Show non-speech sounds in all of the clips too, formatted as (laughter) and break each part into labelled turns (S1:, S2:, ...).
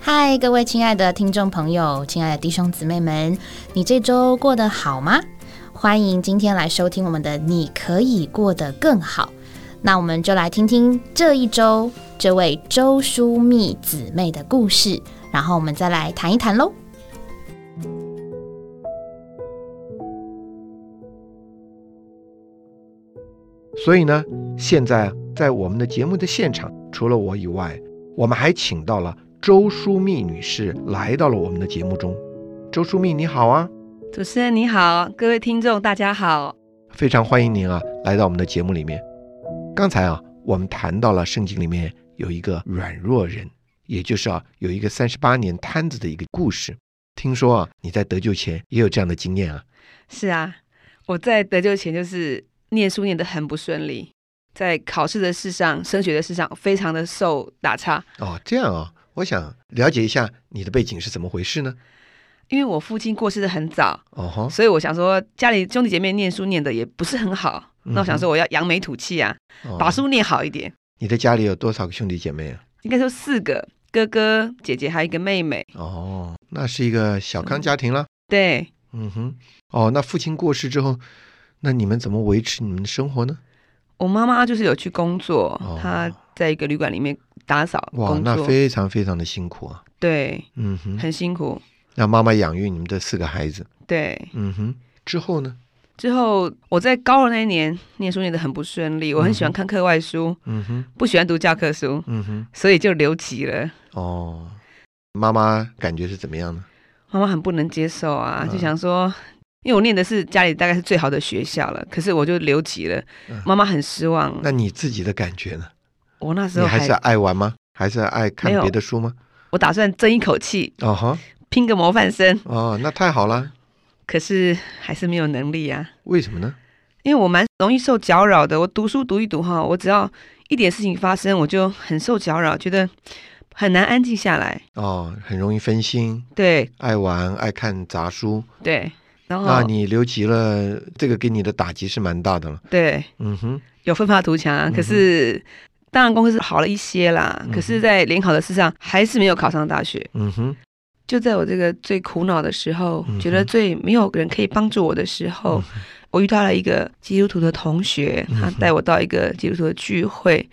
S1: 嗨，各位亲爱的听众朋友，亲爱的弟兄姊妹们，你这周过得好吗？欢迎今天来收听我们的《你可以过得更好》。那我们就来听听这一周这位周淑蜜姊妹的故事，然后我们再来谈一谈喽。
S2: 所以呢，现在啊在我们的节目的现场，除了我以外，我们还请到了周淑蜜女士来到了我们的节目中。周淑蜜，你好啊，
S3: 主持人你好，各位听众大家好。
S2: 非常欢迎您啊，来到我们的节目里面。刚才啊，我们谈到了圣经里面有一个软弱人，也就是啊，有一个三十八年摊子的一个故事。听说啊，你在得救前也有这样的经验啊。
S3: 是啊，我在得救前就是念书念得很不顺利，在考试的事上、升学的事上非常的受打岔，
S2: 哦，这样啊，我想了解一下你的背景是怎么回事呢？
S3: 因为我父亲过世的很早，
S2: 哦吼，
S3: 所以我想说家里兄弟姐妹念书念得也不是很好，
S2: 嗯哼
S3: 那我想说我要扬眉吐气啊，
S2: 哦
S3: 把书念好一点。
S2: 你的家里有多少个兄弟姐妹啊？
S3: 应该说四个哥哥、姐姐还有一个妹妹，
S2: 哦，那是一个小康家庭了。
S3: 对，
S2: 嗯哼，哦，那父亲过世之后，那你们怎么维持你们的生活呢？
S3: 我妈妈就是有去工作，
S2: 哦
S3: 她在一个旅馆里面打扫
S2: 哇，
S3: 工
S2: 那
S3: 作，
S2: 非常非常的辛苦啊。
S3: 对，
S2: 嗯哼，
S3: 很辛苦。
S2: 那妈妈养育你们的四个孩子。
S3: 对，
S2: 嗯哼，之后呢？
S3: 之后我在高二那一年念书念得很不顺利，我很喜欢看课外书，
S2: 嗯哼，
S3: 不喜欢读教科书，
S2: 嗯哼，
S3: 所以就留级了。
S2: 哦，妈妈感觉是怎么样呢？
S3: 妈妈很不能接受啊，
S2: 嗯
S3: 就想说，因为我念的是家里大概是最好的学校了，可是我就留级了
S2: 嗯，
S3: 妈妈很失望。
S2: 那你自己的感觉呢？
S3: 我那时
S2: 你
S3: 候
S2: 还
S3: 还
S2: 是啊爱玩吗？还是爱看
S3: 没有
S2: 别的书吗？
S3: 我打算争一口气，
S2: 哦哈，
S3: 拼个模范生，
S2: 哦，那太好了。
S3: 可是还是没有能力啊。
S2: 为什么呢？
S3: 因为我蛮容易受搅扰的，我读书读一读哈，我只要一点事情发生，我就很受搅扰，觉得很难安静下来。
S2: 哦，很容易分心，
S3: 对
S2: 爱玩，爱看杂书。
S3: 对，然后
S2: 那你留级了，这个给你的打击是蛮大的了。
S3: 对
S2: 嗯哼，
S3: 有奋发图强啊，
S2: 嗯哼嗯
S3: 可是、当然公司好了一些啦，
S2: 哼
S3: 可是，在联考的事上还是没有考上大学。
S2: 嗯哼，
S3: 就在我这个最苦恼的时候，
S2: 嗯哼
S3: 觉得最没有人可以帮助我的时候，
S2: 嗯
S3: 我遇到了一个基督徒的同学，
S2: 嗯
S3: 他
S2: 哼
S3: 带我到一个基督徒的聚会，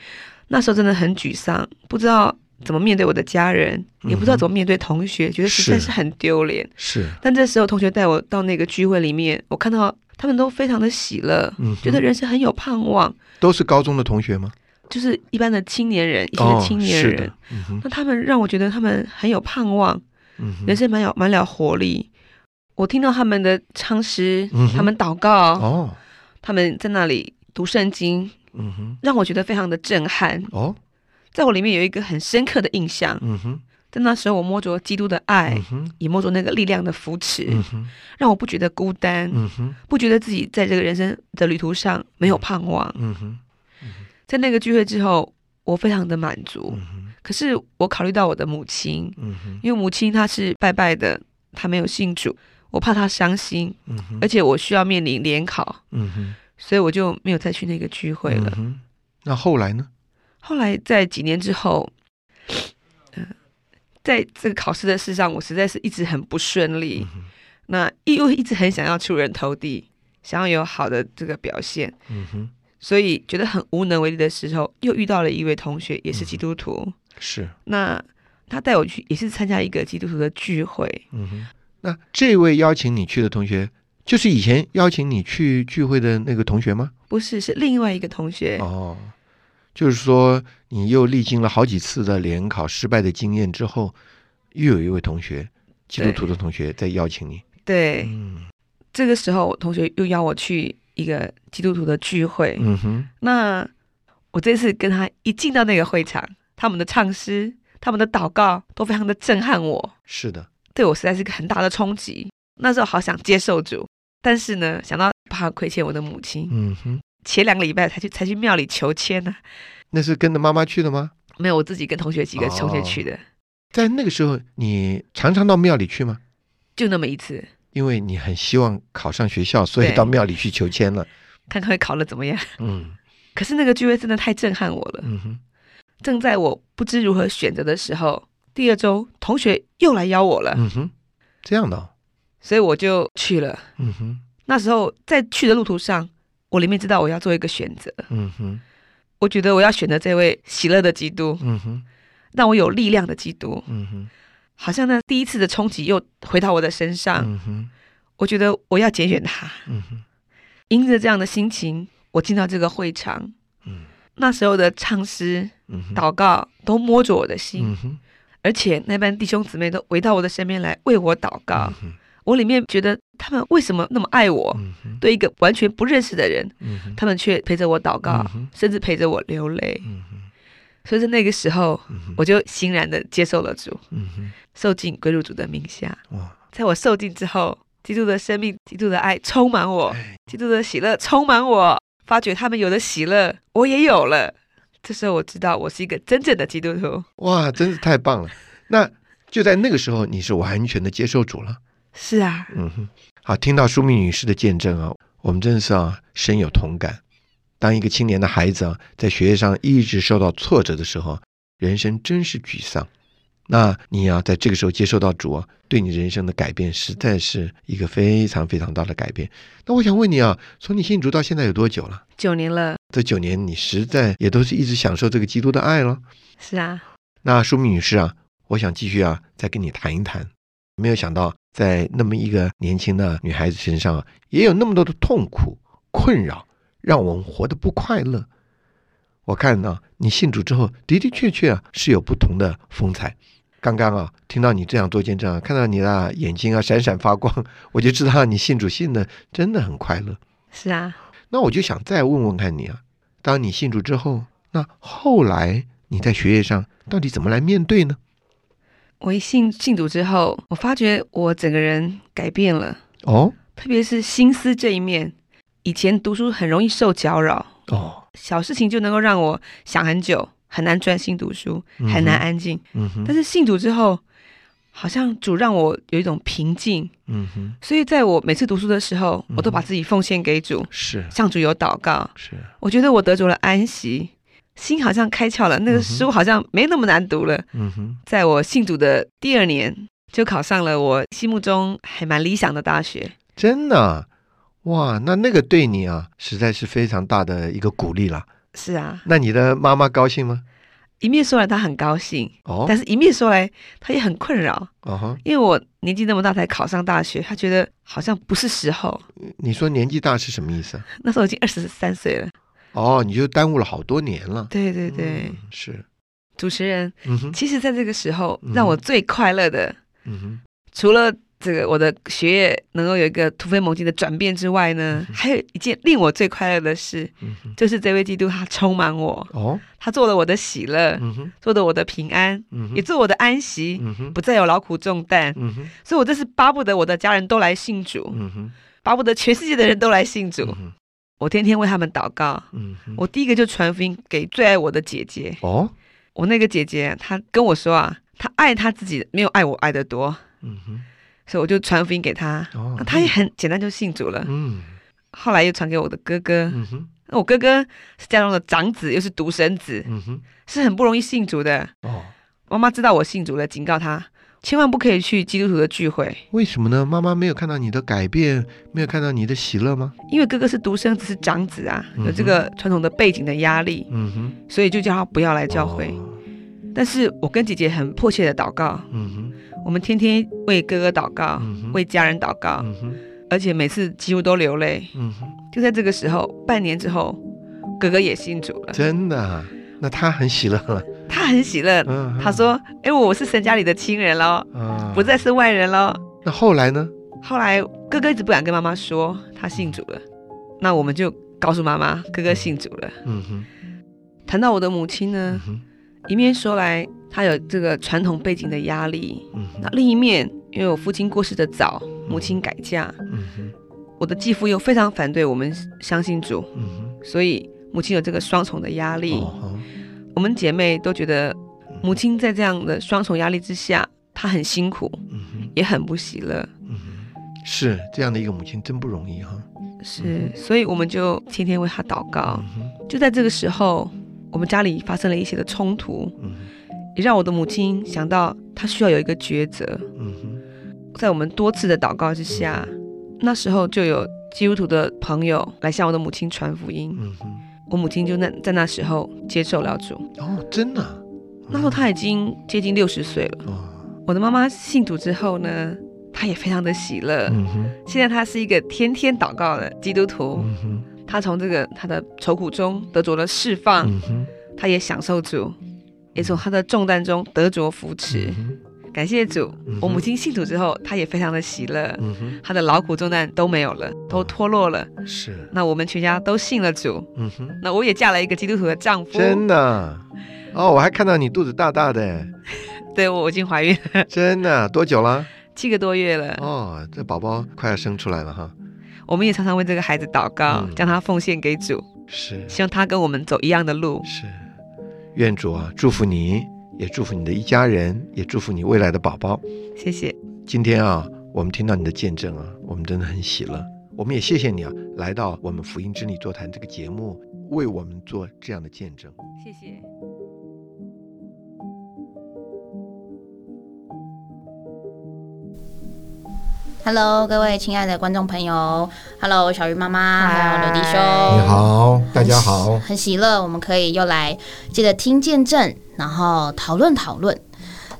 S3: 那时候真的很沮丧，不知道怎么面对我的家人，也不
S2: 嗯
S3: 知道
S2: 哼
S3: 怎么面对同学，觉得实在
S2: 是
S3: 是很丢脸。
S2: 是，
S3: 但这时候同学带我到那个聚会里面，我看到他们都非常的喜乐，
S2: 嗯哼，
S3: 觉得人生很有盼望，
S2: 都是高中的同学吗？
S3: 就是一般的青年人，以前的青年
S2: 哦是
S3: 人。
S2: 的，嗯哼，
S3: 那他们让我觉得他们很有盼望，
S2: 嗯哼，
S3: 人生蛮有蛮有活力。我听到他们的唱诗，
S2: 嗯哼
S3: 他们祷告，
S2: 哦，
S3: 他们在那里读圣经，
S2: 嗯哼，
S3: 让我觉得非常的震撼，
S2: 哦，
S3: 在我里面有一个很深刻的印象。
S2: 嗯哼，
S3: 在那时候，我摸着基督的爱，
S2: 嗯哼，
S3: 也摸着那个力量的扶持，
S2: 嗯哼，
S3: 让我不觉得孤单，
S2: 嗯哼，
S3: 不觉得自己在这个人生的旅途上没有盼望。
S2: 嗯哼，
S3: 在那个聚会之后，我非常的满足。
S2: 嗯哼，
S3: 可是我考虑到我的母亲，
S2: 嗯哼，
S3: 因为母亲她是拜拜的，她没有信主，我怕她伤心，
S2: 嗯哼，
S3: 而且我需要面临联考，
S2: 嗯哼，
S3: 所以我就没有再去那个聚会了。
S2: 嗯哼。那后来呢？
S3: 后来在几年之后，呃，在这个考试的事上，我实在是一直很不顺利
S2: 嗯。哼
S3: 那又一直很想要出人头地，想要有好的这个表现，
S2: 嗯哼，
S3: 所以觉得很无能为力的时候，又遇到了一位同学，也是
S2: 嗯
S3: 基督徒。
S2: 是，
S3: 那他带我去，也是参加一个基督徒的聚会。
S2: 嗯哼。那这位邀请你去的同学，就是以前邀请你去聚会的那个同学吗？
S3: 不是，是另外一个同学，
S2: 哦，就是说你又历经了好几次的联考失败的经验之后，又有一位同学，基督
S3: 对
S2: 徒的同学在邀请你。
S3: 对，
S2: 嗯
S3: 这个时候我同学又邀我去一个基督徒的聚会，
S2: 嗯哼，
S3: 那我这次跟他一进到那个会场，他们的唱诗、他们的祷告都非常的震撼我，
S2: 是的，
S3: 对我实在是个很大的冲击。那时候好想接受主，但是呢，想到怕亏欠我的母亲，
S2: 嗯哼，
S3: 前两个礼拜才去才去庙里求签呢、
S2: 那是跟着妈妈去的吗？
S3: 没有我自己跟同学几个同
S2: 哦
S3: 学去的，
S2: 在那个时候，你常常到庙里去吗？
S3: 就那么一次，
S2: 因为你很希望考上学校，所以
S3: 对
S2: 到庙里去求签了。
S3: 看看会考的怎么样。 (laughs)
S2: 嗯
S3: 可是那个聚会真的太震撼我了。
S2: 嗯哼，
S3: 正在我不知如何选择的时候，第二周同学又来邀我了，
S2: 嗯哼，这样的哦，
S3: 所以我就去了。
S2: 嗯哼，
S3: 那时候在去的路途上，我里面知道我要做一个选择，
S2: 嗯哼，
S3: 我觉得我要选择这位喜乐的基督，
S2: 嗯哼，
S3: 让我有力量的基督。
S2: 嗯哼，
S3: 好像那第一次的冲击又回到我的身上，
S2: 嗯哼，
S3: 我觉得我要拣选他。
S2: 嗯哼，
S3: 迎着这样的心情，我进到这个会场。
S2: 嗯
S3: 那时候的唱诗、
S2: 嗯哼，
S3: 祷告都摸着我的心，
S2: 嗯哼，
S3: 而且那班弟兄姊妹都围到我的身边来为我祷告
S2: 嗯。哼，
S3: 我里面觉得他们为什么那么爱我？
S2: 嗯哼，
S3: 对一个完全不认识的人，
S2: 嗯哼，
S3: 他们却陪着我祷告
S2: 嗯哼，
S3: 甚至陪着我流泪。
S2: 嗯哼，
S3: 所以在那个时候，
S2: 嗯哼，
S3: 我就欣然的接受了主，
S2: 嗯哼，
S3: 受尽归入主的名下。
S2: 哇，
S3: 在我受尽之后，基督的生命、基督的爱充满我，
S2: 哎，
S3: 基督的喜乐充满我，发觉他们有的喜乐我也有了。这时候我知道我是一个真正的基督徒。
S2: 哇，真是太棒了。那就在那个时候，你是完全的接受主了。
S3: 是啊，
S2: 嗯哼，好，听到舒敏女士的见证啊，我们真的是啊深有同感。当一个青年的孩子啊，在学业上一直受到挫折的时候啊，人生真是沮丧。那你啊，在这个时候接受到主啊，对你人生的改变，实在是一个非常非常大的改变。那我想问你啊，从你信主到现在有多久了？
S3: 九年了。
S2: 这九年，你实在也都是一直享受这个基督的爱了。
S3: 是啊，
S2: 那舒敏女士啊，我想继续啊，再跟你谈一谈。没有想到，在那么一个年轻的女孩子身上啊，也有那么多的痛苦、困扰，让我们活得不快乐。我看呢、你信主之后，的的确确啊，是有不同的风采。刚刚啊，听到你这样做见证啊，看到你的眼睛啊闪闪发光，我就知道你信主信的真的很快乐。
S3: 是啊，
S2: 那我就想再问问看你啊，当你信主之后，那后来你在学业上到底怎么来面对呢？
S3: 我一信信主之后，我发觉我整个人改变了，
S2: 哦
S3: 特别是心思这一面。以前读书很容易受搅扰，
S2: 哦，
S3: 小事情就能够让我想很久，很难专心读书，
S2: 嗯哼
S3: 很难安静。
S2: 嗯哼，
S3: 但是信主之后，好像主让我有一种平静，
S2: 嗯哼，
S3: 所以在我每次读书的时候，
S2: 嗯
S3: 我都把自己奉献给主，
S2: 是
S3: 向主有祷告。
S2: 是，
S3: 我觉得我得着了安息，心好像开窍了，那
S2: 嗯
S3: 个
S2: 哼
S3: 书好像没那么难读了。
S2: 嗯哼，
S3: 在我信主的第二年，就考上了我心目中还蛮理想的大学。
S2: 真的啊哇，那那个对你啊，实在是非常大的一个鼓励了。
S3: 是啊，
S2: 那你的妈妈高兴吗？
S3: 一面说来他很高兴，
S2: 哦
S3: 但是一面说来他也很困扰，
S2: 哦哈，
S3: 因为我年纪那么大才考上大学，他觉得好像不是时候。 (laughs)
S2: 你说年纪大是什么意思啊？
S3: 那时候已经二十三岁了。
S2: 哦，你就耽误了好多年了。
S3: 对对对，
S2: 嗯是，
S3: 主持人，
S2: 嗯哼，
S3: 其实在这个时候
S2: 嗯，
S3: 让我最快乐的，
S2: 嗯哼，
S3: 除了这个我的学业能够有一个突飞猛进的转变之外呢，还有一件令我最快乐的事，
S2: 嗯哼，
S3: 就是这位基督他充满我，
S2: 哦，
S3: 他做了我的喜乐，
S2: 嗯哼，
S3: 做了我的平安，
S2: 嗯
S3: 也
S2: 哼，
S3: 做我的安息，
S2: 嗯哼，
S3: 不再有劳苦重担。
S2: 嗯哼，
S3: 所以，我这是巴不得我的家人都来信主，
S2: 嗯哼，
S3: 巴不得全世界的人都来信主
S2: 嗯。哼，
S3: 我天天为他们祷告，
S2: 嗯哼，
S3: 我第一个就传福音给最爱我的姐姐。
S2: 哦，
S3: 我那个姐姐，她跟我说啊，她爱她自己，没有爱我爱的多，
S2: 嗯哼，
S3: 所以我就传福音给她。
S2: 哦
S3: 那，她也很简单就信主了，
S2: 嗯
S3: 后来又传给我的哥哥。
S2: 嗯哼，
S3: 那我哥哥是家中的长子，又是独生子，
S2: 嗯哼，
S3: 是很不容易信主的。
S2: 哦，
S3: 妈妈知道我信主了，警告他千万不可以去基督徒的聚会，
S2: 为什么呢？妈妈没有看到你的改变，没有看到你的喜乐吗？
S3: 因为哥哥是独生子，是长子啊，
S2: 嗯哼
S3: 有这个传统的背景的压力，
S2: 嗯哼，
S3: 所以就叫他不要来教会。
S2: 哦
S3: 但是我跟姐姐很迫切的祷告，
S2: 嗯哼，
S3: 我们天天为哥哥祷告，
S2: 嗯哼
S3: 啊为家人祷告，
S2: 嗯哼，
S3: 而且每次几乎都流泪。
S2: 嗯哼，
S3: 就在这个时候，半年之后，哥哥也信主了，
S2: 真的啊，那他很喜乐了。
S3: 他很喜乐。
S2: 嗯，
S3: 他说：“哎、我是神家里的亲人喽，
S2: 啊，
S3: 不再。是外人喽。
S2: 那后来呢？”
S3: 后来哥哥一直不敢跟妈妈说他信主了，那我们就告诉妈妈哥哥信主了。
S2: 嗯哼，
S3: 谈到我的母亲
S2: 嗯
S3: 呢，
S2: 哼，
S3: 一面说来她有这个传统背景的压力，
S2: 嗯哼
S3: 那，另一面因为我父亲过世的早，母亲改嫁，
S2: 嗯哼，
S3: 我的继父又非常反对我们相信主，
S2: 嗯哼，
S3: 所以母亲有这个双重的压力。
S2: 哦
S3: 我们姐妹都觉得母，亲在这样的双重压力之下，她很辛苦，
S2: 嗯哼，
S3: 也很不喜乐。
S2: 嗯哼，是这样的一个母亲真不容易哈。
S3: 是，所以我们就天天为她祷告。
S2: 嗯哼，
S3: 就在这个时候，我们家里发生了一些的冲突，
S2: 嗯
S3: 也让我的母亲想到她需要有一个抉择。
S2: 嗯哼，
S3: 在我们多次的祷告之下，那时候就有基督徒的朋友来向我的母亲传福音，
S2: 嗯哼，
S3: 我母亲就那在那时候接受了主。
S2: 哦，真的啊、
S3: 那时候她已经接近六十岁了。
S2: 哦，
S3: 我的妈妈信主之后呢，她也非常的喜乐。
S2: 嗯哼，
S3: 现在她是一个天天祷告的基督徒，
S2: 嗯哼，
S3: 她从这个她的愁苦中得着了释放，
S2: 嗯哼，
S3: 她也享受主，也从她的重担中得着扶持
S2: 嗯。哼，
S3: 感谢主
S2: 嗯哼，
S3: 我母亲信主之后，她也非常的喜乐，
S2: 嗯哼，
S3: 她的劳苦重担都没有了，都脱落了。
S2: 是，
S3: 那我们全家都信了主，
S2: 嗯哼，
S3: 那我也嫁了一个基督徒的丈夫，
S2: (laughs) 真的啊。哦，我还看到你肚子大大的，
S3: 对我我已经怀孕了
S2: 真的啊，多久了？
S3: 七个多月了。
S2: 哦，这宝宝快要生出来了哈。
S3: 我们也常常为这个孩子祷告
S2: 嗯，
S3: 将他奉献给主，
S2: 是
S3: 希望他跟我们走一样的路。
S2: 是，愿主啊祝福你，也祝福你的一家人，也祝福你未来的宝宝。
S3: 谢谢，
S2: 今天啊，我们听到你的见证啊，我们真的很喜乐。我们也谢谢你啊，来到我们福音之旅座谈这个节目，为我们做这样的见证。
S3: 谢谢。
S1: Hello，各位亲爱的观众朋友，Hello，小鱼妈妈，还有
S3: 嗨
S1: 柳弟兄，
S4: 你好，大家好。
S1: 很喜乐，我们可以又来接着听见证，然后讨论讨论。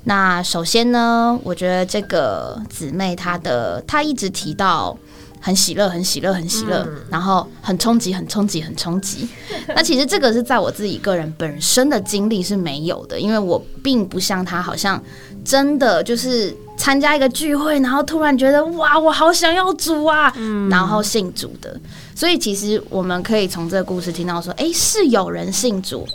S1: 那首先呢，我觉得这个姊妹她的她一直提到很喜乐，很喜乐，很喜乐，然后很冲击，很冲击，很冲击。那其实这个是在我自己个人本身的经历是没有的，因为我并不像她，好像真的就是参加一个聚会，然后突然觉得哇，我好想要主啊，然后信主的。所以其实我们可以从这个故事听到说，诶，是有人信主，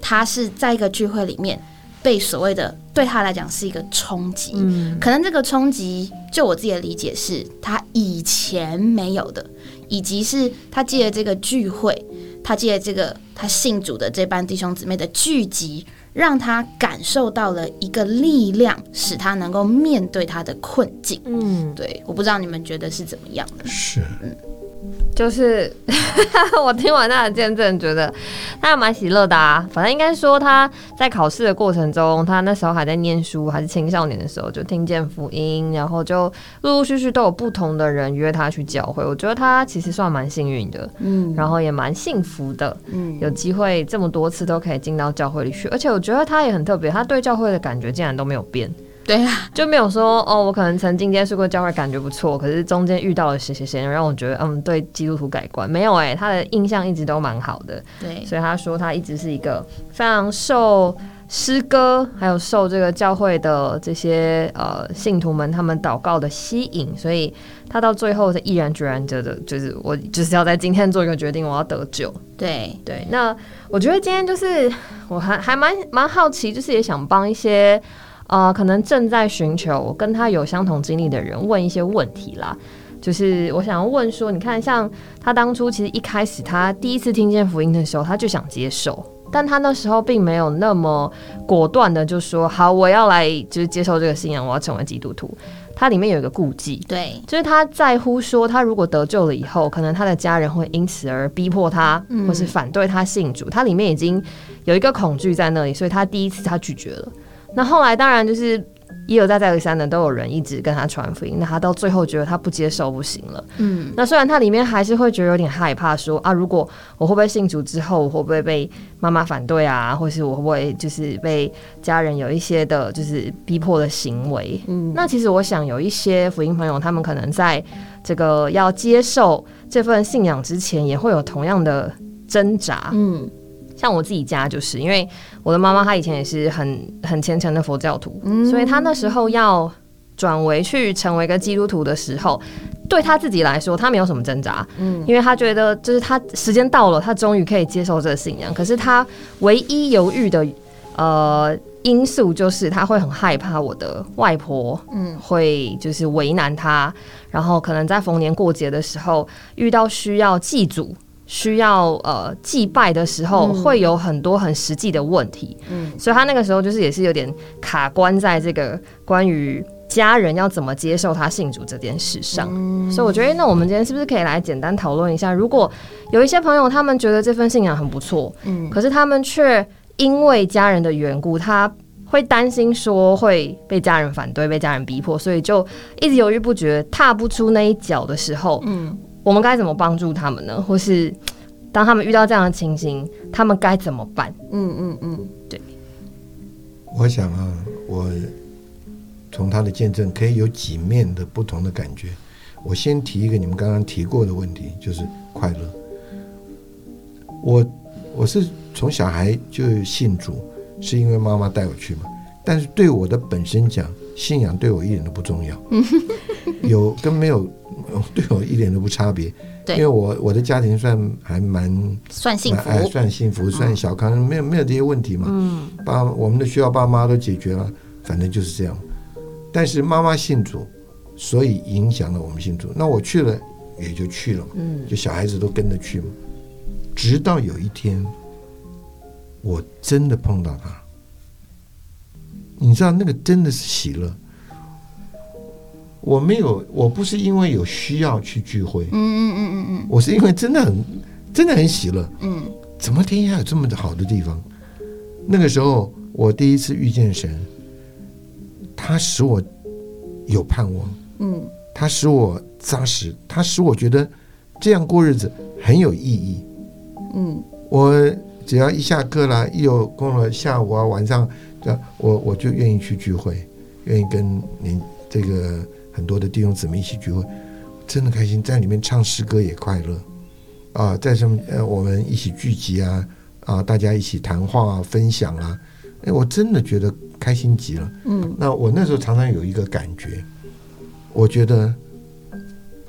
S1: 他是在一个聚会里面被所谓的对他来讲是一个冲击，
S5: 嗯
S1: 可能这个冲击，就我自己的理解是他以前没有的，以及是他借了这个聚会，他借了这个他信主的这班弟兄姊妹的聚集，让他感受到了一个力量，使他能够面对他的困境。
S5: 嗯，
S1: 对，我不知道你们觉得是怎么样的。
S4: 是，
S5: 就是 (laughs) 我听完他的见证，觉得他还蛮喜乐的啊。反正应该说他在考试的过程中，他那时候还在念书，还是青少年的时候，就听见福音，然后就陆陆续续都有不同的人约他去教会。我觉得他其实算蛮幸运的，
S1: 嗯
S5: 然后也蛮幸福的，
S1: 嗯
S5: 有机会这么多次都可以进到教会里去。而且我觉得他也很特别，他对教会的感觉竟然都没有变。
S1: 对啊，
S5: 就没有说哦，我可能曾经接触过教会，感觉不错，可是中间遇到了谁谁谁，让我觉得嗯，对基督徒改观没有哎、他的印象一直都蛮好的，
S1: 对，
S5: 所以他说他一直是一个非常受诗歌还有受这个教会的这些呃信徒们他们祷告的吸引，所以他到最后是毅然决然觉得就是我就是要在今天做一个决定，我要得救。
S1: 对，
S5: 对，那我觉得今天就是我还还蛮蛮好奇，就是也想帮一些呃可能正在寻求跟他有相同经历的人问一些问题啦。就是我想要问说，你看，像他当初其实一开始他第一次听见福音的时候，他就想接受，但他那时候并没有那么果断的就说好，我要来就是接受这个信仰，我要成为基督徒。他里面有一个顾忌，
S1: 对，
S5: 就是他在乎说，他如果得救了以后，可能他的家人会因此而逼迫他，
S1: 嗯
S5: 或是反对他信主。他里面已经有一个恐惧在那里，所以他第一次他拒绝了。那后来当然就是也有在再而三的都有人一直跟他传福音，那他到最后觉得他不接受不行了。
S1: 嗯，
S5: 那虽然他里面还是会觉得有点害怕说啊，如果我会不会信主之后，我会不会被妈妈反对啊，或是我会不会就是被家人有一些的就是逼迫的行为？
S1: 嗯，
S5: 那其实我想有一些福音朋友，他们可能在这个要接受这份信仰之前，也会有同样的挣扎。
S1: 嗯
S5: 像我自己家就是，因为我的妈妈她以前也是很很虔诚的佛教徒，
S1: 嗯
S5: 所以她那时候要转为去成为一个基督徒的时候，对她自己来说，她没有什么挣扎，
S1: 嗯
S5: 因为她觉得就是她时间到了，她终于可以接受这个信仰。可是她唯一犹豫的呃因素就是她会很害怕我的外婆
S1: 嗯
S5: 会就是为难他，然后可能在逢年过节的时候遇到需要祭祖、需要呃祭拜的时候，
S1: 嗯
S5: 会有很多很实际的问题，
S1: 嗯
S5: 所以他那个时候就是也是有点卡关在这个关于家人要怎么接受他信主这件事上。
S1: 嗯
S5: 所以我觉得，哎那我们今天是不是可以来简单讨论一下？如果有一些朋友他们觉得这份信仰很不错，
S1: 嗯
S5: 可是他们却因为家人的缘故，他会担心说会被家人反对、被家人逼迫，所以就一直犹豫不决，踏不出那一脚的时候，
S1: 嗯，
S5: 我们该怎么帮助他们呢？或是当他们遇到这样的情形，他们该怎么办？
S1: 嗯嗯嗯，
S4: 我想啊，我从他的见证可以有几面的不同的感觉。我先提一个你们刚刚提过的问题，就是快乐。我我是从小孩就信主，是因为妈妈带我去嘛。但是对我的本身讲，信仰对我一点都不重要，有跟没有 (laughs) 对我一点都不差别。
S1: 对
S4: 因为我我的家庭算还蛮
S1: 算幸福，嗯
S4: 哎，算幸福，算小康，没有没有这些问题嘛。
S5: 嗯，
S4: 爸，我们的需要爸妈都解决了，反正就是这样。但是妈妈信主，所以影响了我们信主。那我去了也就去了嘛，
S5: 嗯
S4: 就小孩子都跟着去嘛。直到有一天，我真的碰到他，你知道那个真的是喜乐。我没有，我不是因为有需要去聚会，
S1: 嗯嗯嗯嗯
S4: 我是因为真的很，真的很喜乐。
S1: 嗯
S4: 怎么天下有这么好的地方？那个时候，我第一次遇见神，他使我有盼望，
S1: 嗯
S4: 他使我扎实，他使我觉得这样过日子很有意义。
S1: 嗯嗯
S4: 我只要一下课啦，一有空了，下午啊、晚上，这样我我就愿意去聚会，愿意跟您这个很多的弟兄姊妹一起聚会，真的开心，在里面唱诗歌也快乐，啊，在什么呃，我们一起聚集啊，啊，大家一起谈话啊，分享啊，哎，我真的觉得开心极了。
S1: 嗯
S4: 那我那时候常常有一个感觉，我觉得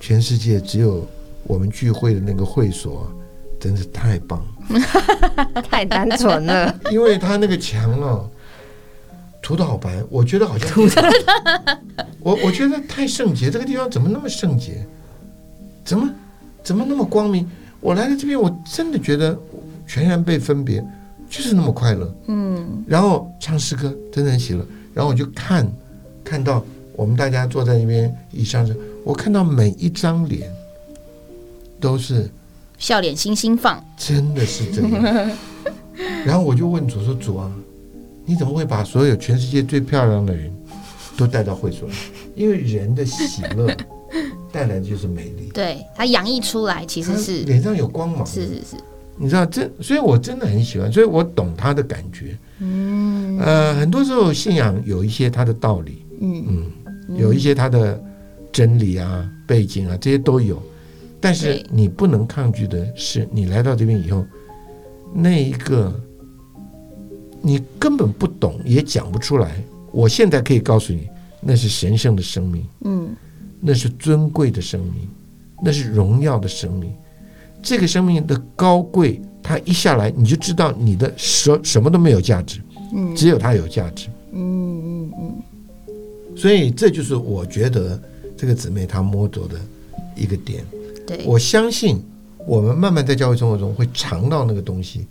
S4: 全世界只有我们聚会的那个会所啊、真是太棒了。
S5: (laughs) 太单纯 (laughs) 了，
S4: 因为他那个墙哦，涂的好白，我觉得好像涂的，我我觉得太圣洁，这个地方怎么那么圣洁？怎么怎么那么光明？我来到这边，我真的觉得全然被分别，就是那么快乐。
S1: 嗯
S4: 然后唱诗歌，真的很喜乐。然后我就看，看到我们大家坐在那边椅上时，我看到每一张脸都是
S1: 笑脸星星放，
S4: 真的是这样。
S1: (laughs)
S4: 然后我就问主说：“主啊，你怎么会把所有全世界最漂亮的人都带到会所来？因为人的喜乐
S1: (laughs)
S4: 带来的就是美丽，
S1: 对，它洋溢出来其实
S4: 他
S1: 是
S4: 脸上有光芒的。
S1: 是是是，
S4: 你知道这，所以我真的很喜欢，所以我懂他的感觉。
S1: 嗯
S4: 呃，很多时候信仰有一些它的道理，
S1: 嗯
S4: 嗯，有一些它的真理啊、背景啊，这些都有。但是
S1: 对
S4: 你不能抗拒的是，你来到这边以后，那一个你根本不懂也讲不出来。我现在可以告诉你，那是神圣的生命，
S1: 嗯
S4: 那是尊贵的生命，那是荣耀的生命。这个生命的高贵，它一下来你就知道你的什什么都没有价值，
S1: 嗯
S4: 只有它有价值。
S1: 嗯嗯嗯，
S4: 所以这就是我觉得这个姊妹她摸着的一个点。
S1: 对，
S4: 我相信我们慢慢在教会生活中会尝到那个东西，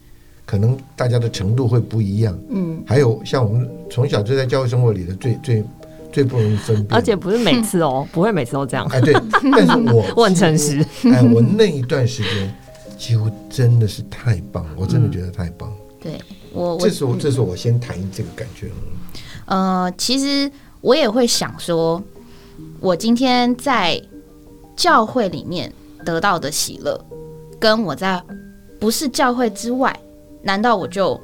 S4: 可能大家的程度会不一样。
S1: 嗯
S4: 还有像我们从小就在教会生活里的最最最不容易分辨，
S5: 而且不是每次哦，不会每次都这样。
S4: 哎对，但是我
S5: 我很诚 (laughs) 实，
S4: 哎，我那一段时间几乎真的是太棒，我真的觉得太棒。
S1: 对我我
S4: 这是我这是我先谈这个感觉了。
S1: 呃，其实我也会想说，我今天在教会里面得到的喜乐，跟我在不是教会之外，难道我就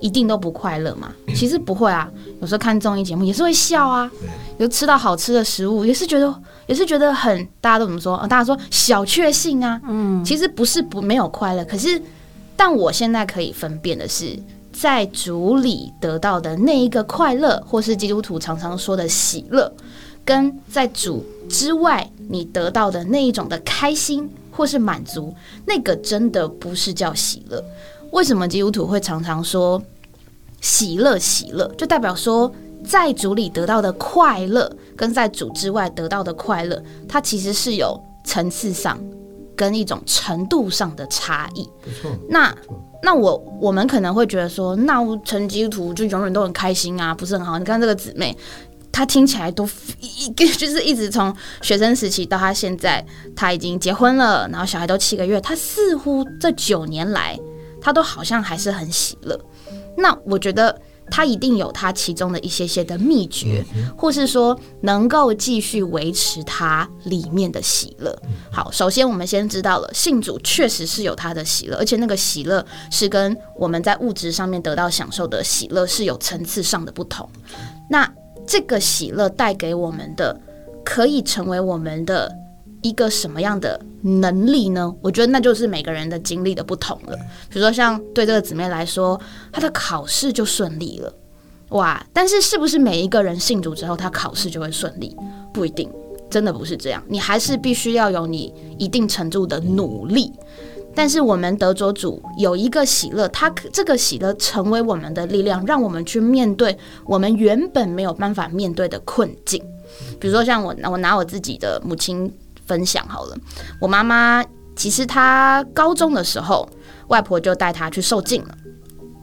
S1: 一定都不快乐吗？其实不会啊，有时候看综艺节目也是会笑啊，有时候吃到好吃的食物也是觉得也是觉得很，大家都怎么说？啊大家说小确幸啊，嗯，其实不是不没有快乐，可是但我现在可以分辨的是，在主里得到的那一个快乐，或是基督徒常常说的喜乐，跟在主之外你得到的那一种的开心或是满足，那个真的不是叫喜乐。为什么基督徒会常常说喜乐喜乐，就代表说在主里得到的快乐，跟在主之外得到的快乐，它其实是有层次上跟一种程度上的差异。
S4: 不错，
S1: 那那我我们可能会觉得说，那我成基督徒就永远都很开心啊，不是很好？你看这个姊妹，她听起来都一一就是一直从学生时期到她现在，她已经结婚了，然后小孩都七个月，她似乎这九年来，她都好像还是很喜乐。那我觉得他一定有他其中的一些些的秘诀，或是说能够继续维持它里面的喜乐。好，首先我们先知道了信主确实是有他的喜乐，而且那个喜乐是跟我们在物质上面得到享受的喜乐是有层次上的不同。那这个喜乐带给我们的，可以成为我们的一个什么样的能力呢？我觉得那就是每个人的经历的不同了。比如说，像对这个姊妹来说，她的考试就顺利了，哇！但是是不是每一个人信主之后，他考试就会顺利？不一定，真的不是这样。你还是必须要有你一定程度的努力。但是我们得着主有一个喜乐，他这个喜乐成为我们的力量，让我们去面对我们原本没有办法面对的困境。比如说，像我，我拿我自己的母亲分享好了，我妈妈其实她高中的时候，外婆就带她去受浸了。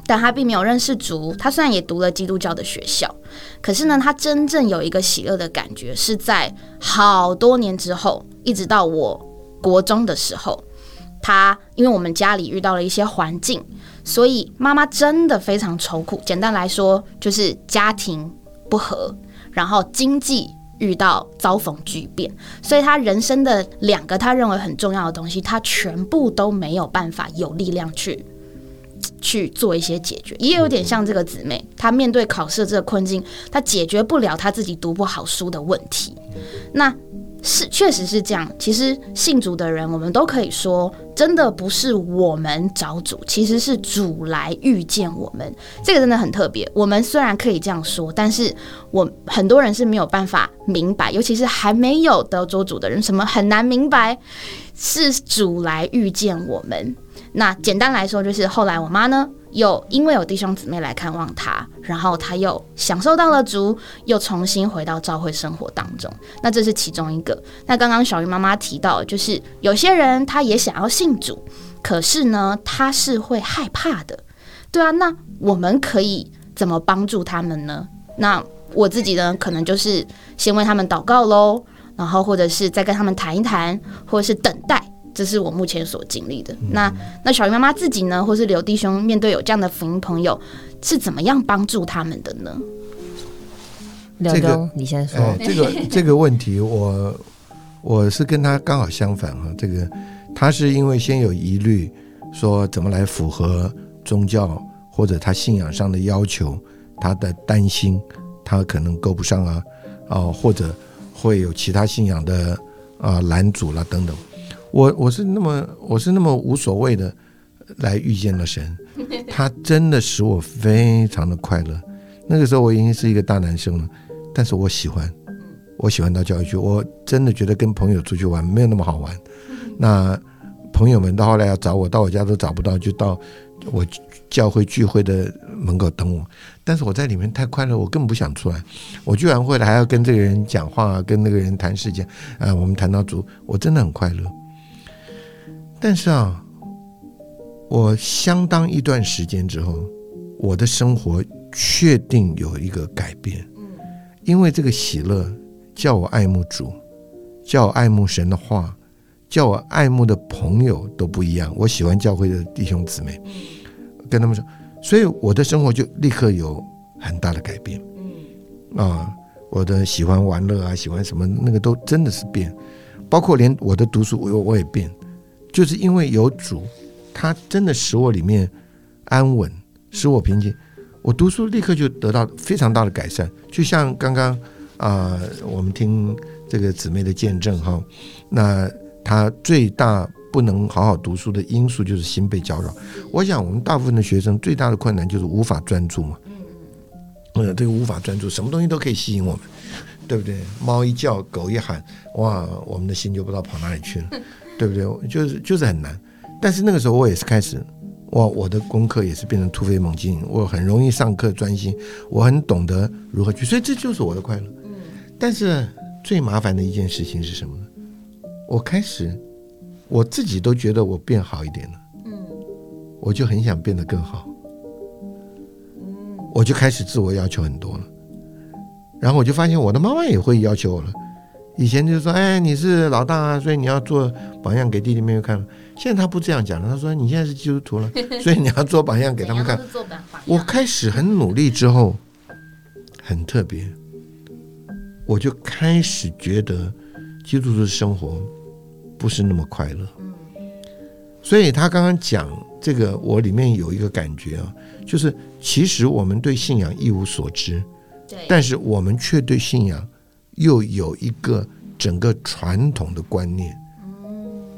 S1: 但她并没有认识足，她虽然也读了基督教的学校，可是呢，她真正有一个喜乐的感觉是在好多年之后，一直到我国中的时候，她因为我们家里遇到了一些环境，所以妈妈真的非常愁苦。简单来说，就是家庭不和，然后经济遇到遭逢巨变，所以他人生的两个他认为很重要的东西，他全部都没有办法有力量去去做一些解决，也有点像这个姊妹，她面对考试的这个困境，她解决不了她自己读不好书的问题。那是确实是这样。其实信主的人，我们都可以说，真的不是我们找主，其实是主来遇见我们。这个真的很特别。我们虽然可以这样说，但是我很多人是没有办法明白，尤其是还没有得着主的人，什么很难明白，是主来遇见我们。那简单来说，就是后来我妈呢，又因为有弟兄姊妹来看望她，然后她又享受到了足，又重新回到教会生活当中。那这是其中一个。那刚刚小鱼妈妈提到，就是有些人他也想要信主，可是呢，他是会害怕的。对啊，那我们可以怎么帮助他们呢？那我自己呢，可能就是先为他们祷告喽，然后或者是再跟他们谈一谈，或者是等待。这是我目前所经历的。
S4: 嗯
S1: 那那小鱼妈妈自己呢，或是刘弟兄，面对有这样的福音朋友，是怎么样帮助他们的呢？
S5: 刘
S4: 这个
S5: 东，你先说。
S4: 哎，这个这个问题我，我是跟他刚好相反哈。这个他是因为先有疑虑，说怎么来符合宗教或者他信仰上的要求，他的担心他可能够不上啊，啊、或者会有其他信仰的啊、拦阻啦、等等。我我是那么我是那么无所谓的来遇见了神，他真的使我非常的快乐。那个时候我已经是一个大男生了，但是我喜欢，我喜欢到教育去，我真的觉得跟朋友出去玩没有那么好玩。那朋友们到后来要找我，到我家都找不到，就到我教会聚会的门口等我。但是我在里面太快乐，我根本不想出来。我居然会来还要跟这个人讲话、跟那个人谈事情啊、我们谈到主，我真的很快乐。但是啊，我相当一段时间之后，我的生活确定有一个改变。因为这个喜乐叫我爱慕主，叫我爱慕神的话，叫我爱慕的朋友都不一样。我喜欢教会的弟兄姊妹，跟他们说，所以我的生活就立刻有很大的改变。啊，我的喜欢玩乐啊，喜欢什么那个都真的是变，包括连我的读书我我也变，就是因为有主，他真的使我里面安稳，使我平静。我读书立刻就得到非常大的改善，就像刚刚啊、我们听这个姊妹的见证哈，那她最大不能好好读书的因素就是心被搅扰。我想我们大部分的学生最大的困难就是无法专注嘛，呃，这个无法专注，什么东西都可以吸引我们，对不对？猫一叫，狗一喊，哇，我们的心就不知道跑哪里去了，对不对？就是就是很难。但是那个时候我也是开始我我的功课也是变成突飞猛进，我很容易上课专心，我很懂得如何去，所以这就是我的快乐。但是最麻烦的一件事情是什么呢？我开始我自己都觉得我变好一点了，我就很想变得更好，我就开始自我要求很多了。然后我就发现我的妈妈也会要求我了，以前就说，哎，你是老大啊，所以你要做榜样给弟弟妹妹看。现在他不这样讲了，他说你现在是基督徒了，所以你要做榜样给他们看
S1: 怎样。都是做榜样
S4: 我开始很努力之后，很特别，我就开始觉得基督徒的生活不是那么快乐。所以他刚刚讲这个，我里面有一个感觉啊，就是其实我们对信仰一无所知，
S1: 对，
S4: 但是我们却对信仰又有一个整个传统的观念。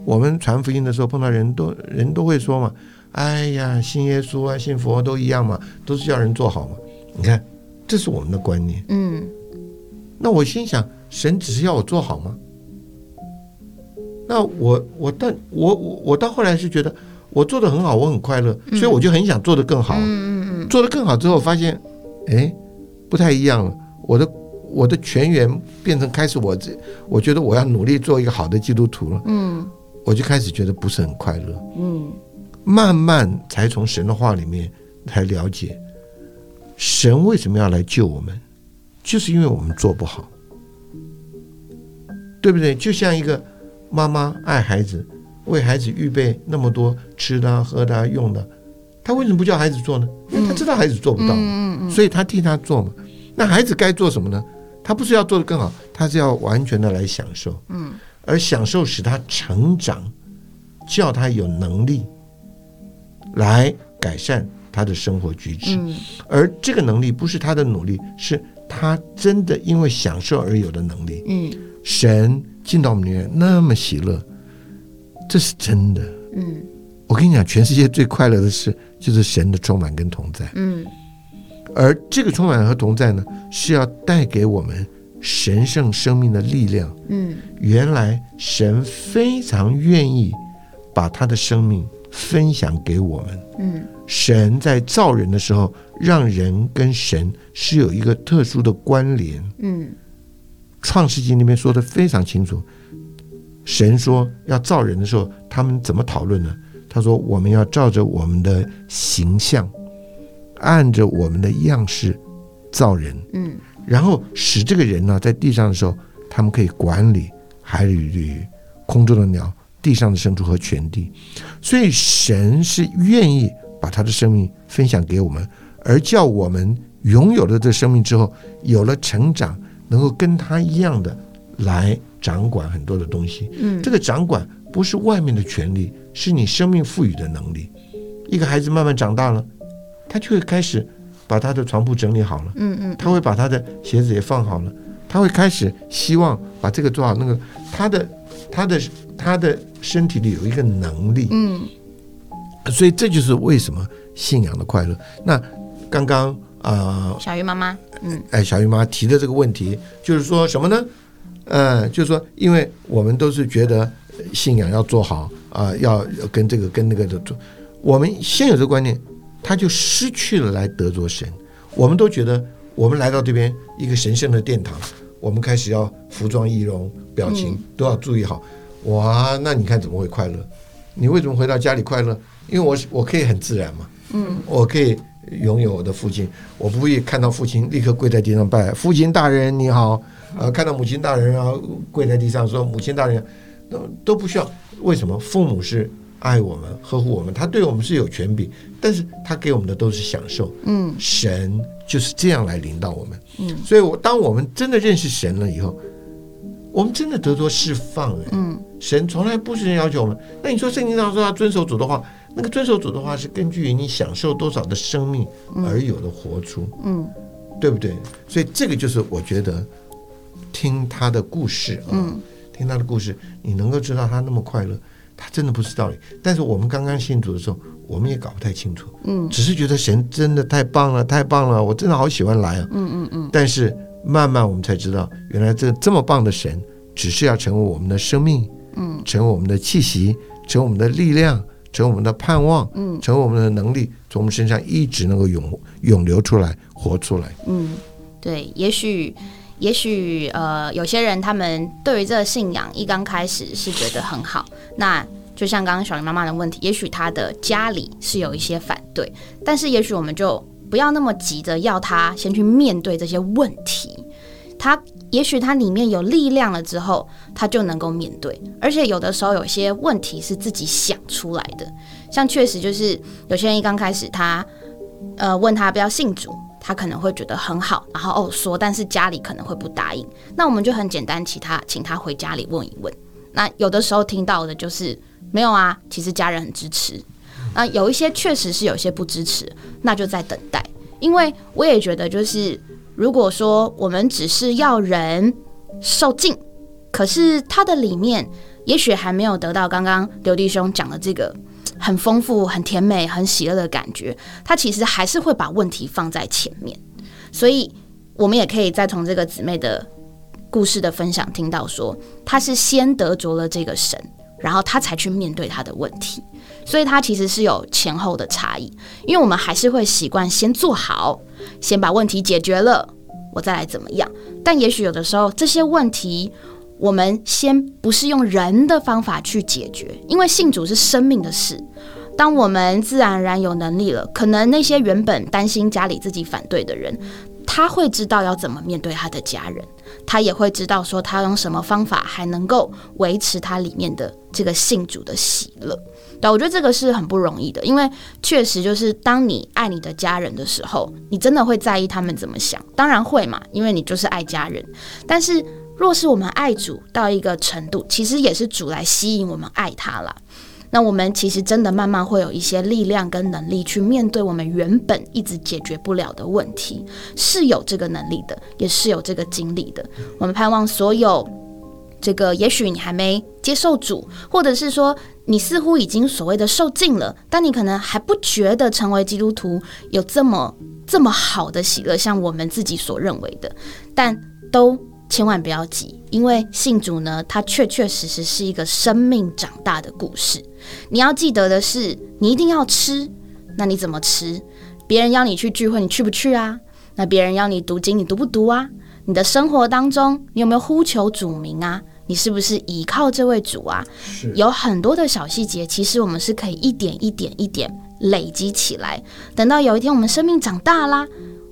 S4: 我们传福音的时候碰到人都人都会说嘛，哎呀，信耶稣啊，信佛都一样嘛，都是叫人做好嘛。你看，这是我们的观念。
S1: 嗯
S4: 那我心想，神只是要我做好吗？那我我但我我我到后来是觉得我做的很好，我很快乐，所以我就很想做的更好啊。
S1: 嗯嗯嗯嗯，
S4: 做得更好之后，发现，哎，不太一样了。我的我的全员变成开始我这，我觉得我要努力做一个好的基督徒了。
S1: 嗯
S4: 我就开始觉得不是很快乐，
S1: 嗯
S4: 慢慢才从神的话里面才了解，神为什么要来救我们，就是因为我们做不好，对不对？就像一个妈妈爱孩子，为孩子预备那么多吃的啊、喝的啊、用的，她为什么不叫孩子做呢？因为她知道孩子做不到。
S1: 嗯嗯
S4: 所以他替他做嘛。那孩子该做什么呢？他不是要做得更好，他是要完全的来享受。嗯，而享受使他成长，叫他有能力来改善他的生活举止。
S1: 嗯
S4: 而这个能力不是他的努力，是他真的因为享受而有的能力。
S1: 嗯
S4: 神进到我们里面那么喜乐，这是真的。
S1: 嗯
S4: 我跟你讲，全世界最快乐的事就是神的充满跟同在。
S1: 嗯
S4: 而这个充满和同在呢，是要带给我们神圣生命的力量。
S1: 嗯
S4: 原来神非常愿意把他的生命分享给我们。
S1: 嗯
S4: 神在造人的时候，让人跟神是有一个特殊的关联。
S1: 嗯
S4: 创世纪里面说的非常清楚，神说要造人的时候，他们怎么讨论呢？他说我们要照着我们的形象，按着我们的样式造人，
S1: 嗯
S4: 然后使这个人呢、在地上的时候，他们可以管理海里的鱼、空中的鸟、地上的牲畜和全地。所以神是愿意把他的生命分享给我们，而叫我们拥有了这生命之后，有了成长，能够跟他一样的来掌管很多的东西。
S1: 嗯
S4: 这个掌管不是外面的权利，是你生命赋予的能力。一个孩子慢慢长大了，他就会开始把他的床铺整理好了。
S1: 嗯嗯
S4: 他会把他的鞋子也放好了，他会开始希望把这个做好，那个他的他的他的身体里有一个能力，
S1: 嗯
S4: 所以这就是为什么信仰的快乐。那刚刚啊，
S1: 小鱼妈妈，嗯
S4: 哎，小姨妈提的这个问题，就是说什么呢？呃，就是说，因为我们都是觉得呃信仰要做好啊、要要跟这个跟那个的做，我们现有的观念，他就失去了来得着神。我们都觉得，我们来到这边一个神圣的殿堂，我们开始要服装仪容、表情都要注意好。哇，那你看怎么会快乐？你为什么回到家里快乐？因为我是我可以很自然嘛，嗯，我可以拥有我的父亲，我不会看到父亲立刻跪在地上拜父亲大人你好，呃，看到母亲大人啊跪在地上说母亲大人，都都不需要。为什么？父母是爱我们、呵护我们，他对我们是有权柄，但是他给我们的都是享受。
S1: 嗯
S4: 神就是这样来领导我们。嗯，所以我当我们真的认识神了以后，我们真的得着释放了。
S1: 嗯，
S4: 神从来不是要求我们。那你说圣经上说要遵守主的话，那个遵守主的话是根据于你享受多少的生命而有的活出，
S1: 嗯
S4: 对不对？所以这个就是我觉得听他的故事啊，
S1: 嗯
S4: 听他的故事，你能够知道他那么快乐，他真的不是道理。但是我们刚刚信主的时候，我们也搞不太清楚，
S1: 嗯
S4: 只是觉得神真的太棒了，太棒了，我真的好喜欢来啊。
S1: 嗯嗯嗯
S4: 但是慢慢我们才知道，原来这这么棒的神，只是要成为我们的生命，
S1: 嗯，
S4: 成为我们的气息，成为我们的力量，成为我们的盼望，
S1: 嗯
S4: 成为我们的能力，从我们身上一直能够涌涌流出来，活出来。
S1: 嗯，对，也许。也许呃，有些人他们对于这个信仰一刚开始是觉得很好，那就像刚刚小林妈妈的问题，也许她的家里是有一些反对，但是也许我们就不要那么急着要她先去面对这些问题，她也许它里面有力量了之后，它就能够面对。而且有的时候有些问题是自己想出来的，像确实就是有些人一刚开始他，呃，问他要不要信主，他可能会觉得很好，然后哦说，但是家里可能会不答应。那我们就很简单，请他请他回家里问一问。那有的时候听到的就是没有啊，其实家人很支持。那有一些确实是有些不支持，那就在等待。因为我也觉得，就是如果说我们只是要人受尽，可是它的里面也许还没有得到刚刚刘弟兄讲的这个很丰富、很甜美、很喜乐的感觉，它其实还是会把问题放在前面。所以，我们也可以再从这个姊妹的故事的分享听到说，她是先得着了这个神，然后她才去面对她的问题。所以它其实是有前后的差异，因为我们还是会习惯先做好，先把问题解决了，我再来怎么样。但也许有的时候这些问题，我们先不是用人的方法去解决，因为信主是生命的事。当我们自然而然有能力了，可能那些原本担心家里自己反对的人，他会知道要怎么面对他的家人，他也会知道说他用什么方法还能够维持他里面的这个信主的喜乐。对，我觉得这个是很不容易的，因为确实就是当你爱你的家人的时候，你真的会在意他们怎么想，当然会嘛，因为你就是爱家人。但是若是我们爱主到一个程度，其实也是主来吸引我们爱他啦。那我们其实真的慢慢会有一些力量跟能力去面对我们原本一直解决不了的问题，是有这个能力的，也是有这个经历的。我们盼望所有这个，也许你还没接受主，或者是说你似乎已经所谓的受尽了，但你可能还不觉得成为基督徒有这么这么好的喜乐，像我们自己所认为的，但都千万不要急，因为信主呢，它确确实实是一个生命长大的故事。你要记得的是，你一定要吃，那你怎么吃？别人邀你去聚会，你去不去啊？那别人邀你读经，你读不读啊？你的生活当中，你有没有呼求主名啊？你是不是倚靠这位主啊？
S4: 是
S1: 有很多的小细节，其实我们是可以一点一点一点累积起来。等到有一天我们生命长大啦，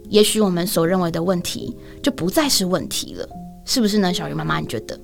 S1: 也许我们所认为的问题就不再是问题了，是不是呢？小鱼妈妈，你觉得？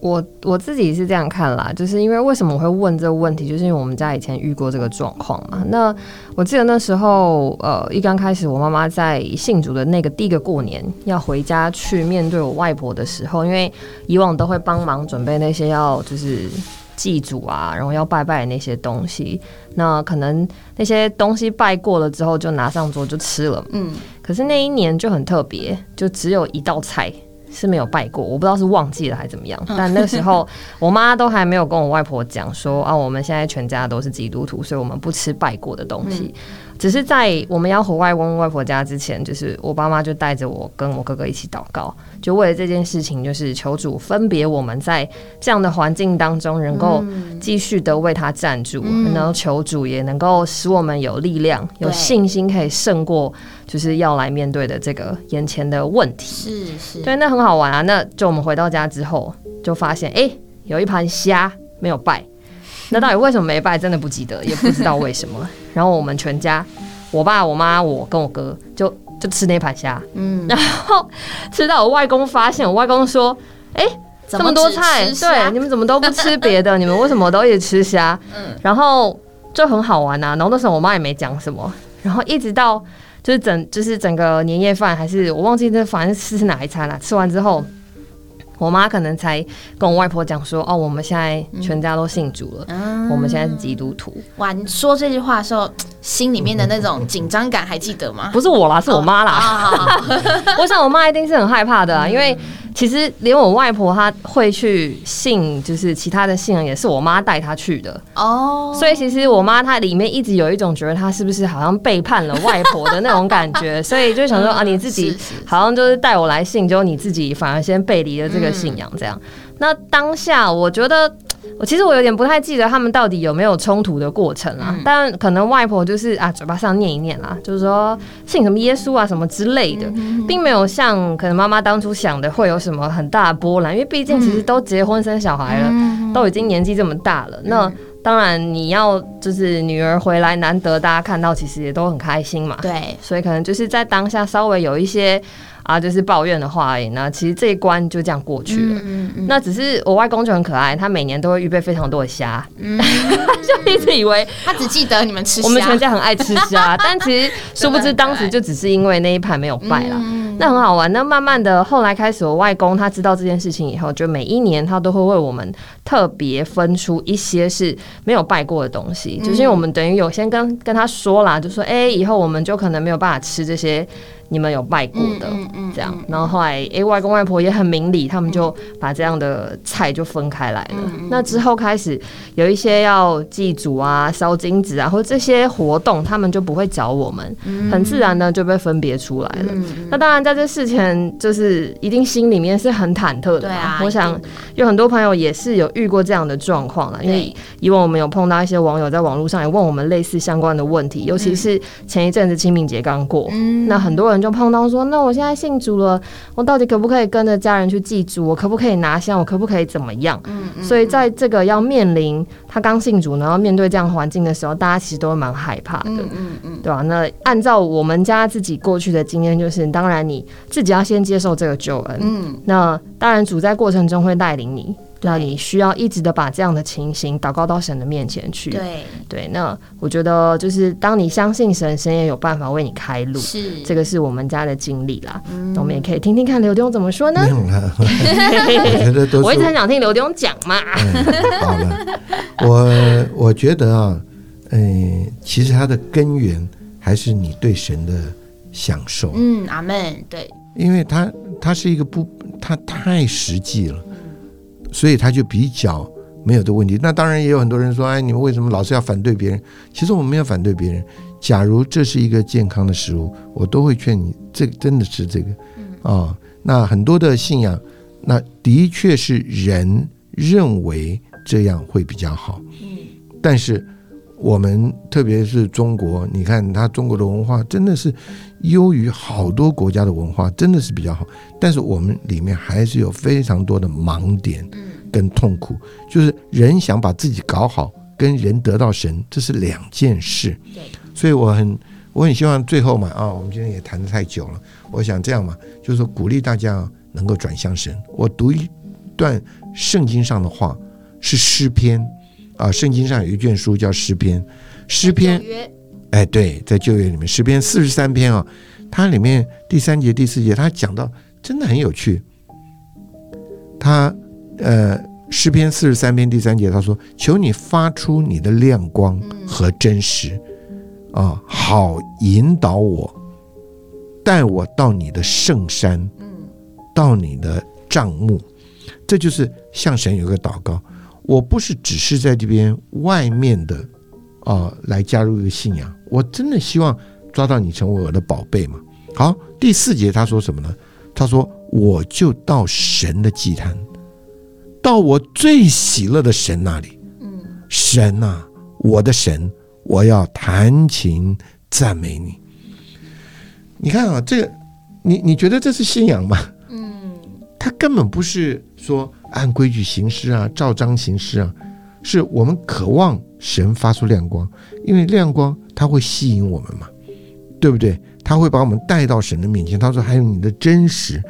S5: 我我自己是这样看啦，就是因为为什么我会问这个问题，就是因为我们家以前遇过这个状况嘛。那我记得那时候，呃，一刚开始我妈妈在信主的那个第一个过年要回家去面对我外婆的时候，因为以往都会帮忙准备那些要就是祭祖啊，然后要拜拜的那些东西。那可能那些东西拜过了之后，就拿上桌就吃了嘛
S1: 嗯，
S5: 可是那一年就很特别，就只有一道菜是没有拜过，我不知道是忘记了还怎么样。但那时候 (laughs) 我妈都还没有跟我外婆讲说啊，我们现在全家都是基督徒，所以我们不吃拜过的东西。只是在我们要回外公外婆家之前，就是我爸妈就带着我跟我哥哥一起祷告，就为了这件事情，就是求主分别我们在这样的环境当中能够
S1: 嗯
S5: 继续的为他站住，然后求主也能够使我们有力量、有
S1: 对
S5: 信心，可以胜过就是要来面对的这个眼前的问
S1: 是
S5: 题。
S1: 是，
S5: 对，那很好玩啊。那就我们回到家之后，就发现哎、诶有一盘虾没
S1: (laughs)
S5: 有拜，那到底为什么没拜？真的不记得，也不知道为什
S1: (laughs)
S5: 么。然后我们全家，我爸、我妈、我跟我哥，就就吃那盘虾，
S1: 嗯，
S5: 吃到我外公发现，我外公说。这么多
S1: 只
S5: 菜，
S1: 吃啊虾
S5: 对，你们怎么都不吃别
S1: (laughs)
S5: 的？你们为什么都一直吃虾？
S1: 嗯
S5: 然后就很好玩啊。然后那时候我妈也没讲什么，然后一直到就是整就是整个年夜饭，还是我忘记这反正是哪一餐了、吃完之后，我妈可能才跟我外婆讲说：“哦，我们现在全家都信主了，
S1: 嗯
S5: 我们现在是基督徒。”
S1: 哇，你说这句话的时候，心里面的那种紧张感还记得吗？
S5: 不是我啦，是我妈啦。
S1: 啊，嗯好好好
S5: (laughs) 我想我妈一定是很害怕的、啊，因为其实连我外婆她会去信，就是其他的信仰也是我妈带她去的。
S1: 哦，
S5: 所以其实我妈她里面一直有一种觉得她是不是好像背叛了外婆的那种感
S1: (laughs)
S5: 觉，所以就想说啊，你自己
S1: 嗯是是
S5: 好像就是带我来信，结果你自己反而先背离了这个信仰这样。那当下我觉得。我其实我有点不太记得他们到底有没有冲突的过程
S1: 嗯
S5: 啦，但可能外婆就是啊嘴巴上念一念啦，就是说信什么耶稣啊什么之类
S1: 嗯
S5: 的，并没有像可能妈妈当初想的会有什么很大的波澜，因为毕竟
S1: 嗯
S5: 其实都结婚生小孩了，都已经年纪这么大
S1: 嗯
S5: 了，那当然你要就是女儿回来难得大家看到，其实也都很开心嘛，
S1: 对，
S5: 所以可能就是在当下稍微有一些啊，就是抱怨的话而已。那其实这一关就这样过去了。
S1: 嗯嗯
S5: 那只是我外公就很可爱，他每年都会预备非常多的虾，
S1: 嗯，
S5: 就一直以为
S1: 他只记得你们吃虾，
S5: (laughs) 我们全家很爱吃
S1: (laughs)
S5: 虾，但其实殊
S1: 真
S5: 不
S1: 的
S5: 知
S1: 很
S5: 当
S1: 可爱
S5: 时就只是因为那一盘没有拜啦。
S1: 嗯
S5: 那很好玩。那慢慢的，后来开始，我外公他知道这件事情以后，就每一年他都会为我们特别分出一些是没有拜过的东西，
S1: 嗯
S5: 就是因为我们等于有先跟跟他说啦，就说哎、以后我们就可能没有办法吃这些你们有拜过的。
S1: 嗯嗯
S5: 这样，然后后来，哎、外公外婆也很明理，他们就把这样的菜就分开来
S1: 嗯
S5: 了。那之后开始有一些要祭祖啊、烧金纸啊，或者这些活动，他们就不会找我们，
S1: 嗯
S5: 很自然呢就被分别出来了。那当然，在这事前，就是一定心里面是很忐忑的
S1: 对
S5: 嘛。
S1: 啊，
S5: 我想
S1: 一定的
S5: 有很多朋友也是有遇过这样的状况啊啦，因为
S1: 对
S5: 以往我们有碰到一些网友在网络上也问我们类似相关的问题，尤其是前一阵子清明节刚过，
S1: 嗯
S5: 那很多人就碰到说，那我现在信主了，我到底可不可以跟着家人去祭祖？我可不可以拿香？我可不可以怎么样？
S1: 嗯
S5: 所以在这个要面临他刚信主，然后面对这样环境的时候，大家其实都会蛮害怕的。
S1: 嗯嗯
S5: 对吧、啊那按照我们家自己过去的经验，就是当然你自己要先接受这个救恩，
S1: 嗯
S5: 那当然，主在过程中会带领你，那你需要一直的把这样的情形祷告到神的面前去。
S1: 对
S5: 对那我觉得就是当你相信神，神也有办法为你开路。
S1: 是
S5: 这个是我们家的经历啦，那我们也可以听听看刘丁怎么
S4: (laughs)
S5: 说呢 (laughs)
S4: 没？有啦，我觉得都
S5: 我一
S4: 是
S5: 直很想听刘丁讲嘛。
S4: 嗯，好了，我 (laughs) 我觉得啊，嗯、其实它的根源还是你对神的享受，
S1: 嗯阿门对
S4: 因为它它是一个不，它太实际了，所以它就比较没有的问题。那当然也有很多人说，哎，你们为什么老是要反对别人？其实我们没有反对别人。假如这是一个健康的食物，我都会劝你，这真的吃这个，啊、那很多的信仰，那的确是人认为这样会比较好，但是我们特别是中国，你看它中国的文化真的是优于好多国家的文化，真的是比较好。但是我们里面还是有非常多的盲点，跟痛苦。就是人想把自己搞好，跟人得到神，这是两件事。
S1: 对
S4: 所以我很我很希望最后嘛啊、我们今天也谈得太久了，我想这样嘛，就是说鼓励大家能够转向神。我读一段圣经上的话，是诗篇啊，圣经上有一卷书叫诗篇，诗篇
S1: 旧约
S4: 哎，对，在旧约里面，诗篇四十三篇啊，它里面第三节、第四节，它讲到真的很有趣。他呃，诗篇四十三篇第三节，他说：“求你发出你的亮光和真实，啊，好引导我，带我到你的圣山，到你的帐幕。”这就是向神有一个祷告。我不是只是在这边外面的啊、来加入一个信仰。我真的希望抓到你成为我的宝贝嘛。好，第四节他说什么呢？他说：“我就到神的祭坛，到我最喜乐的神那里。嗯，神呐、我的神，我要弹琴赞美你。”你看啊，这个，你你觉得这是信仰吗？嗯，他根本不是说按规矩行事啊，照章行事啊，是我们渴望神发出亮光，因为亮光它会吸引我们嘛，对不对？它会把我们带到神的面前。他说：“还有你的真实。”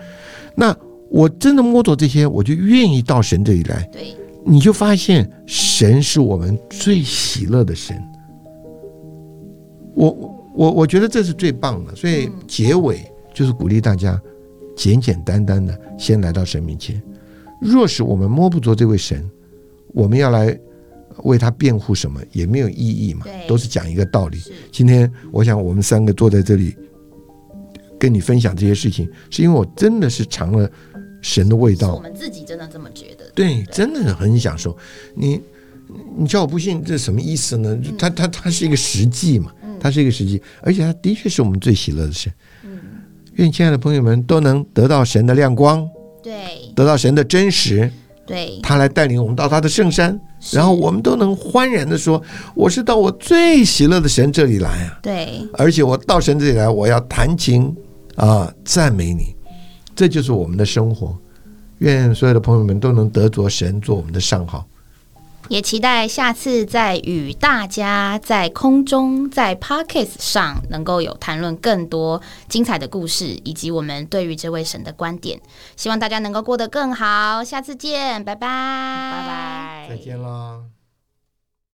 S4: 那我真的摸着这些，我就愿意到神这里来。
S1: 对
S4: 你就发现神是我们最喜乐的神。我我我觉得这是最棒的，所以
S1: 嗯
S4: 结尾就是鼓励大家简简单单的先来到神面前。若是我们摸不着这位神，我们要来为他辩护什么也没有意义嘛
S1: 对，
S4: 都是讲一个道理。
S1: 是
S4: 今天我想我们三个坐在这里，跟你分享这些事情，是因为我真的是尝了神的味
S1: 是
S4: 道
S1: 我，们自己真的这么觉得
S4: 对，真的很享受。你你叫我不信，这什么意思呢？它它它是一个实际嘛，它是一个实际，而且它的确是我们最喜乐的神。愿亲爱的朋友们都能得到神的亮光，
S1: 对
S4: 得到神的真实，
S1: 对
S4: 他来带领我们到他的圣山，
S1: 是
S4: 然后我们都能欢然的说：“我是到我最喜乐的神这里来啊！”
S1: 对
S4: 而且我到神这里来，我要弹琴啊，赞美你，这就是我们的生活。愿所有的朋友们都能得着神做我们的上好。
S1: 也期待下次再与大家在空中、在 Pockets 上能够有谈论更多精彩的故事，以及我们对于这位神的观点。希望大家能够过得更好，下次见，拜拜，拜
S5: 拜。
S4: 再见啦。